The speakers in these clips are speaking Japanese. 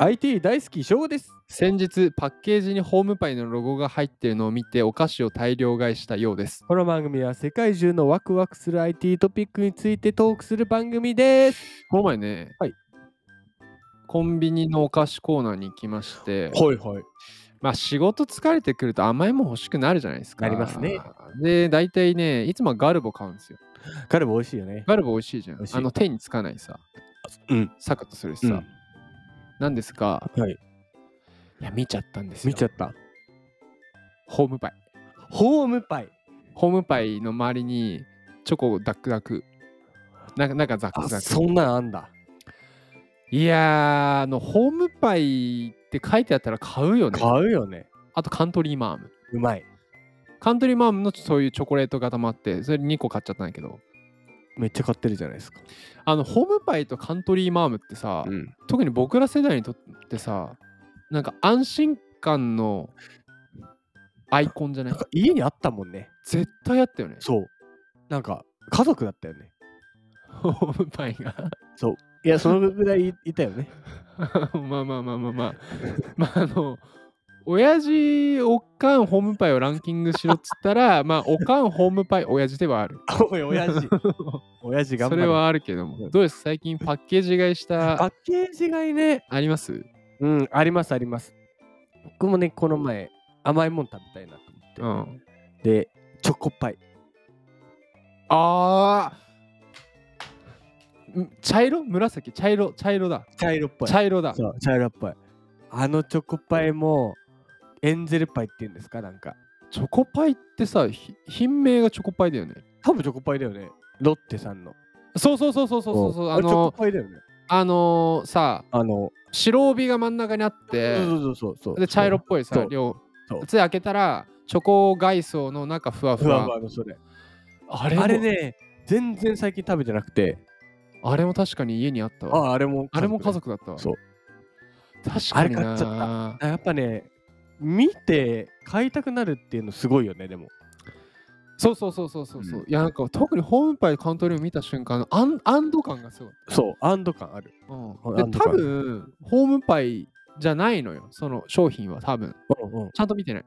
IT 大好き、翔です。先日パッケージにホームパイのロゴが入っているのを見てお菓子を大量買いしたようですこの番組は世界中のワクワクする IT トピックについてトークする番組です。この前ね、はいコンビニのお菓子コーナーに行きましてはいはい。まあ仕事疲れてくると甘いもん欲しくなるじゃないですかなりますねで大体ねいつもはガルボ買うんですよカルボ美味しいよね。ガルボ美味しいじゃ美ん味しいあの手につかないさうん。サクッとするしさ、うんなんですがはい。いや見ちゃったんですよ見ちゃった。ホームパイホームパイ。ホームパイの周りにチョコダックダクなんかなんかザクあ、ザクそんなんあんだ。いやーあのホームパイって書いてあったら買うよね買うよね。あとカントリーマームうまい。カントリーマームのそういうチョコレート型もあってそれ2個買っちゃったんだけどめっちゃ買ってるじゃないですか。あのホームパイとカントリーマームってさ、ん。特に僕ら世代にとってさなんか安心感のアイコンじゃないなんか家にあったもんね。絶対あったよねそう。なんか家族だったよね。ホームパイが いや、そのぐらいいいたよね。 まあまあまあまあまあまああの親父おかんホームパイをランキングしろっつったらまあおかんホームパイ親父ではあるおい、親父。 親父頑そ張れれ。はあるけどうもんどうです最近パッケージ買いしパたッケージがいね。ありますうん、ありますあります。僕もね、この前、甘いもん食べたいなとう思っんて。で、チョコパイ。あーん茶色紫茶色茶色だ茶色っぽい。茶色だそう、茶色っぽい。あのチョコパイも、エンゼルパイっていうんですかなんか。チョコパイってさひ品名がチョコパイだよね多分チョコパイだよね。ロッテさんの。そうそうそうそうそうそうそううんあれチョコのパイだよね。あのーさあの、白帯が真ん中にあってそうそうそうそう。で茶色っぽいそさう量そうつい開けたらチョコ外装の中ふわふふわわふわのそれ。あれもあれね、全然最近食べてなくて。あれも確かに家にあったわあ、あれも。あれも家。族だったわそう。確かにあれ買っちなあやっぱね、見て買いたくなるっていうのすごいよね、でも。そうそうそうそうそうそう、うんいやなんか特にホームパイカントリーを見た瞬間の安安堵感がすごい、そう、安堵感ある。うん、安堵で多感分ホームパイじゃないのよその商品は多分うんうん。ちゃんと見てない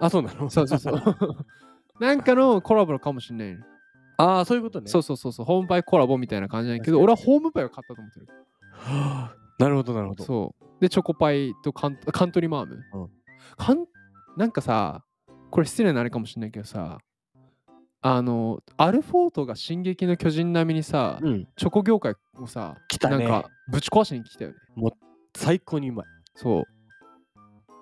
あ、そうなのそうそうそう なんかのコラボかもしれない、ああ、そういうこと ね。そうそうそうそうホームパイコラボみたいな感じなんだけ確どかに俺はホームパイを買ったと思ってるはあなるほど、なるほど。そう。で、チョコパイとカンカントリーマーム。うんカンなんかさ、これ失礼なあれかもしれないけどさ、あの、アルフォートが「進撃の巨人」並みにさ、うん。チョコ業界をさ、来たねなんかぶち壊しに来たよね。最高にうまい。そう。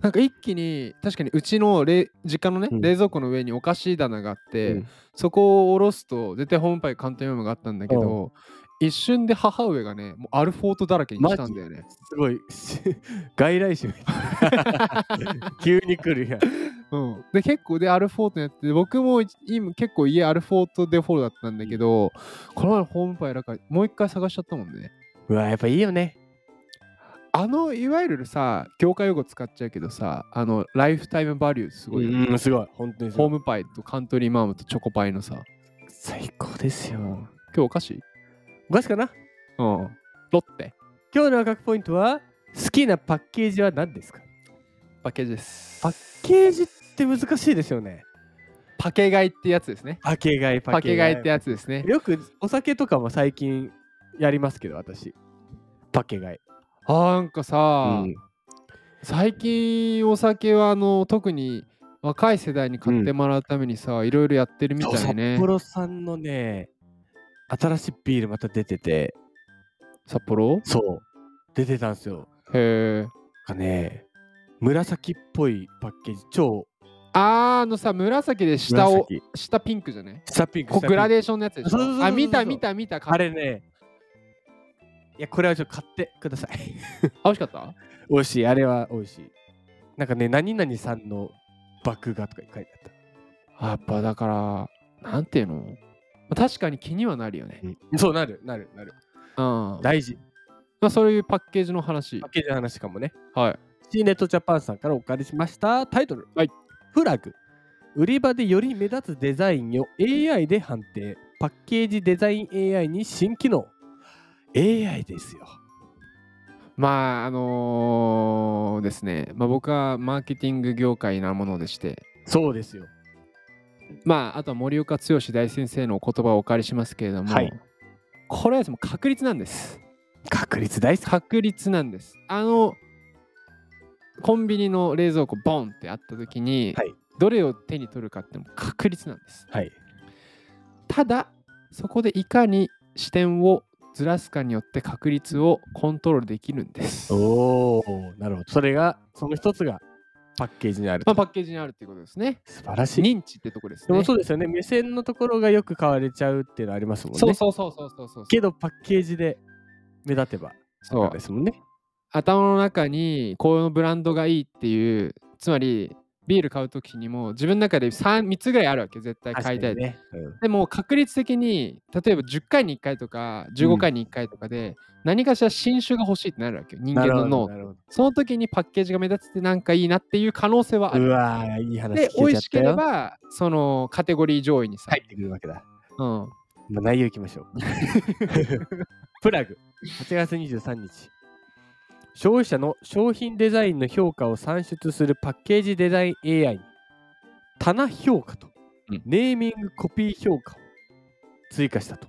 なんか一気に確かにうちの冷実家のね、うん冷蔵庫の上にお菓子棚があって、うんそこを下ろすと絶対ホームパイカントリーマームがあったんだけど、一瞬で母上がねもうアルフォートだらけにしたんだよねすごい、 し外来種みたいな。 急に来るやん。うん、で結構でアルフォートやってて僕もい今結構家アルフォートデフォルだったんだけど、この前のホームパイだからもう一回探しちゃったもんねうわ、やっぱいいよね。あのいわゆるさ業界用語使っちゃうけどさあのライフタイムバリューすごいよね、うん、すごい。本当にすホごーい。ムパイとカントリーマームとチョコパイのさ最高ですよ。今日お菓子うんおかしかなロッテ今日の赤くポイントは、好きなパッケージは何ですかパッケージですパッケージって難しいですよね。パケ買いってやつですねパケ買い、パケ買いってややつですねよくお酒とかも最近やりますけど、私。パケ買い。あーなんかさ、うん最近お酒はあの特に若い世代に買ってもらうためにさ、いろいろやってるみそうたいね札幌産のね、新しいビールまた出てて、札幌そう、出てたんですよ。へえなんかね、紫っぽいパッケージ、超あーあのさ紫で下を紫。下ピンクじゃね下ピンク。こ下うピンクグラデーションのやつでしそうそうそうょそうあ見た見た見たあれれね、いや、これはちょっと買ってください。 美味しかった美味しい、あれは美味しい。なんかね、何々さんの麦芽とか書いてあっあやっぱだからなんていうのまあ確かに気にはなるよねた。そうなる、なる、なる。うんま大事。あそういうパッケージの話パッケージの話かもね。はい C ネットジャパンさんからお借りしましたタイトル、はいフラグ売り場でより目立つデザインを AI で判定パッケージデザイン AI に新機能 AI ですよまああのーですね、まあ、僕はマーケティング業界なものでしてそうですよ。まああとは森岡剛大先生のお言葉をお借りしますけれども、はいこれはですねもう確率なんです確率大好き。確率なんですあのコンビニの冷蔵庫ボンってあった時に、はいどれを手に取るかってのも確率なんですはい。ただそこでいかに視点をずらすかによって確率をコントロールできるんです、まおお、なるほど。それが、その一つがパッケージにあると。あ、パッケージにあるっていうことですね素晴らしい。認知ってとこですねでもそうですよね。目線のところがよく買われちゃうっていうのありますもんね。そうそうそうそうそうそうけどパッケージで目立てばそうですもんね。頭の中にこのブランドがいいっていうつまりビール買う時にも自分の中で 3, 3つぐらいあるわけ絶対買いたい、確かにね。でも確率的に例えば10回に1回とか15回に1回とかで、何かしら新種が欲しいってなるわけよう人んな間るのほど脳なるほどその時にパッケージが目立っててなんかいいなっていう可能性はあうるわー、いい話聞でけちゃったよ。美味しければそのカテゴリー上位にさ、入ってくるわけだ。うん、まあ、内容いきましょ う。プラグ、8月23日。消費者の商品デザインの評価を算出するパッケージデザイン AI に、棚評価とうんネーミングコピー評価を追加したと。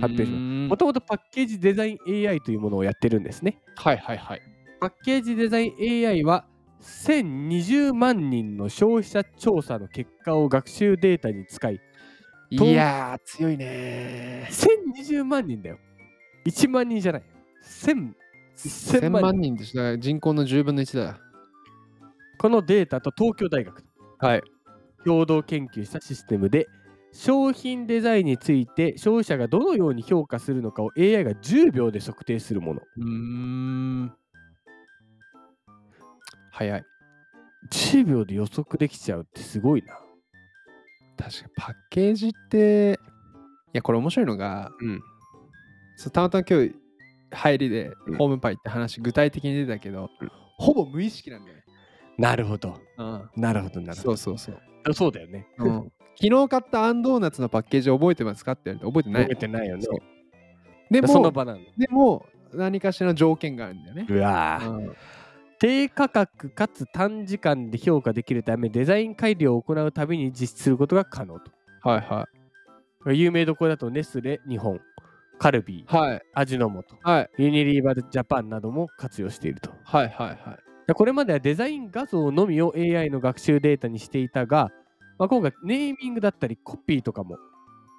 発表しますうーんもともとパッケージデザイン AI というものをやってるんですね。はいはいはいパッケージデザイン AI は1020万人の消費者調査の結果を学習データに使い、といやー強いね1020万人だよ。1万人じゃない。1000ー1000 1000万人でした人口の10分の1だこのデータと東京大学とはい共同研究したシステムで商品デザインについて消費者がどのように評価するのかを AI が10秒で測定するものうーん早い10秒で予測できちゃうってすごいな、確かにパッケージっていやこれ面白いのがうん、そうたまたま今日入りでうんホームパイって話具体的に出たけど、うんほぼ無意識なんだよね、なるほどうん、なるほどなるほそどうそうそう、そうだよねうん、昨日買ったアンドーナツのパッケージ覚えてますかって言われて覚えてない覚えてないよねそうでそのも場なのでも何かしらの条件があるんだよね、うわーうん、低価格かつ短時間で評価できるためデザイン改良を行うたびに実施することが可能とはいは有名どころだとネスレ日本カルビーいはい味の素はいユニリーバルジャパンなども活用していると。はいはいはいこれまではデザイン画像のみを AI の学習データにしていたが、まあ、今回ネーミングだったりコピーとかも、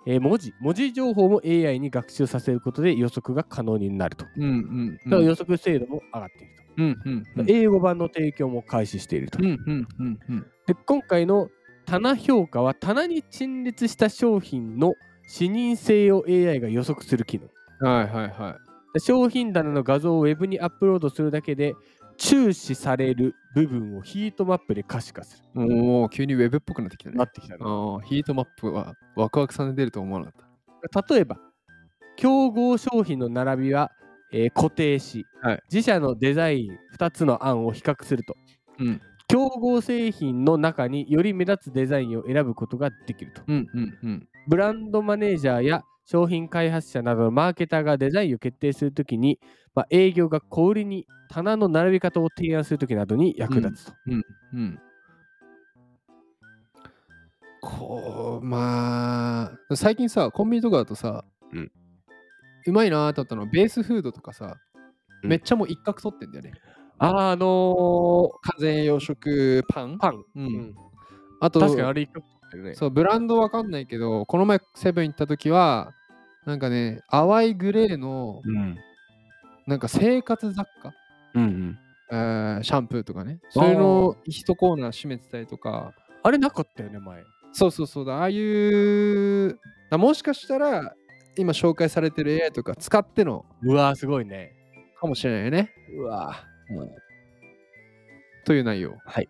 えー文字、文字情報も AI に学習させることで予測が可能になると。うんうんうだからん予測精度も上がっていると。うんうんうん英語版の提供も開始していると。うんうんうんうんで今回の棚評価は棚に陳列した商品の視認性を AI が予測する機能。はいはいはい。商品棚の画像をウェブにアップロードするだけで注視される部分をヒートマップで可視化する。もう急にウェブっぽくなってきたね。なってきたあーヒートマップはワクワクさんで出ると思わなかっ例えば競合商品の並びは、えー固定し、はい自社のデザイン2つの案を比較するとた。うん競合製品の中により目立つデザインを選ぶことができるとうんうんうん。ブランドマネージャーや商品開発者などのマーケターがデザインを決定するときに、まあ、営業が小売りに棚の並び方を提案するときなどに役立つと。うん。こう、まあ、最近さ、コンビニとかだとさ、うんうまいなーって思ったのはベースフードとかさ、うんめっちゃもう一角取ってんだよね。あの完全養殖パンー、パン、ううんん。あと、確かにあれ一曲だよね。そう、ブランドわかんないけど、この前セブン行った時は、なんかね、淡いグレーの、うん。なんか生活雑貨、うんうん、えーシャンプーとかね、あーそういうのを一コーナー閉めてたりとか、あれなかったよね、前。そうそうそうだ、ああいう、だもしかしたら今紹介されてる AI とか使ってのうわー、すごいね。かもしれないよね。うわという内容。はい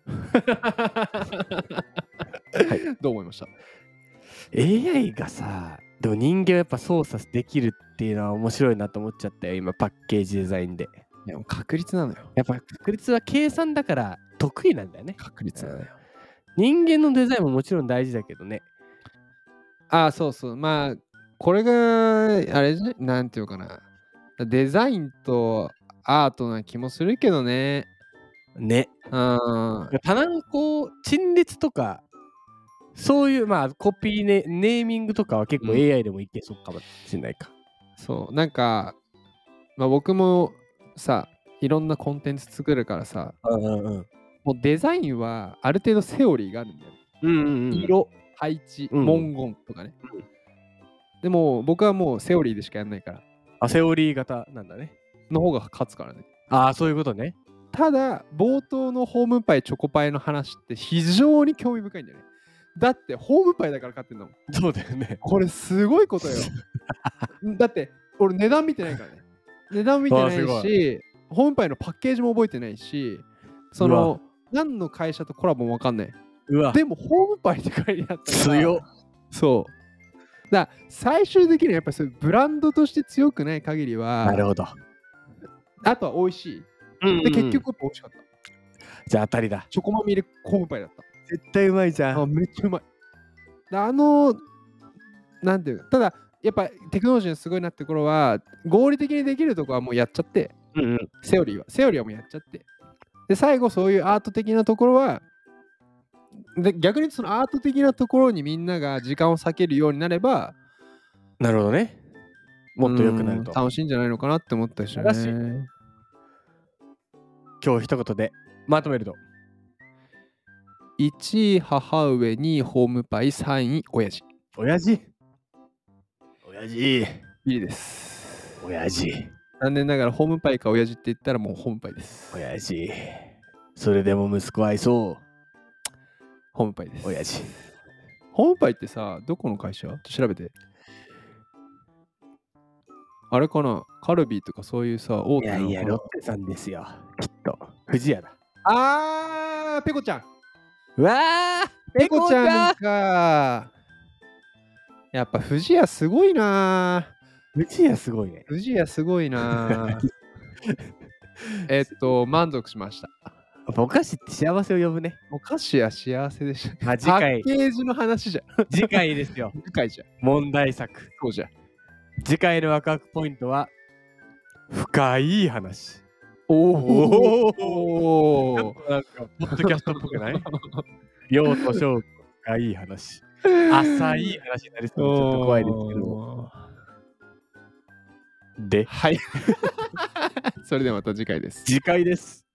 どう思いました AI がさ、でも人間はやっぱ操作できるっていうのは面白いなと思っちゃったよ、今、パッケージデザインで。いやもう確率なのよ。やっぱ確率は計算だから得意なんだよね。確率なのよ。人間のデザインももちろん大事だけどね。ああ、そうそう。まあ、これが、あれじゃないなんていうのかな。デザインとアートな気もするけどね。ね。うん。棚のこう、陳列とか、そういう、まあ、コピーネネーミングとかは結構うん AI でもいけそうかもしれないか。そう、なんか、まあ、僕もさ、いろんなコンテンツ作るからさ、うんうんうん。もうデザインはある程度セオリーがあるんだよね。うんうんうん、色、配置、うん文言とかね。うんでも僕はもうセオリーでしかやんないから、あセオリー型なんだね。の方が勝つからね。ああ、そういうことね。ただ、冒頭のホームパイ、チョコパイの話って非常に興味深いんだよね。だって、ホームパイだから買ってんだもん。そうだよね。これすごいこと よ。だって、俺値段見てないからね。値段見てなわあすごいし、ホームパイのパッケージも覚えてないし、そうわの、何の会社とコラボもわかんない。うわ、でも、ホームパイって書いてあったから。強っ。そう。だから最終的にはやっぱりそういうブランドとして強くない限りはな、るほど。あとは美味しい。うんで、結局やっぱ美味しかった。じゃあ当たりだ。チョコまみれホームパイだった。絶対うまいじゃあ、。めっちゃうまい。であの、なんていうのただ、やっぱテクノロジーのすごいなってところは、合理的にできるところはもうやっちゃって、うんうん。セオリーは。セオリーはもうやっちゃって。で、最後、そういうアート的なところは、で逆にそのアート的なところにみんなが時間を割けるようになれば、なるほどね。もっと良くなるうとん。楽しいんじゃないのかなって思ったしね。素晴今日一言でまとめると。 1位母上、2位ホームパイ、3位親父。親父親父いいです。親父残念ながらホームパイか親父って言ったらもうホームパイです。親父それでも息子愛そホームパイです。う親父ホームパイってさ、どこの会社ちょっと調べて。あれかなカルビーとかそういうさ、大い手やなのいかやなロッテさんですよきっと藤屋だあー、ペコちゃん。うわーペコちゃんか。やっぱ藤屋すごいな。藤屋すごいね藤屋すご いな。えっと、満足しました。やっぱお菓子って幸せを呼ぶねお菓子は幸せでした。まあ次パ回ッケージの話じゃん。次回ですよ次回じゃん。問題作そうじゃん。次回のワクワクポイントは深い話おおーおちょーっとなんかポッドキャストっぽくない用と勝負がいい話浅い話になりそうでちょっと怖いですけどど。で はい。それではまた次回です。次回です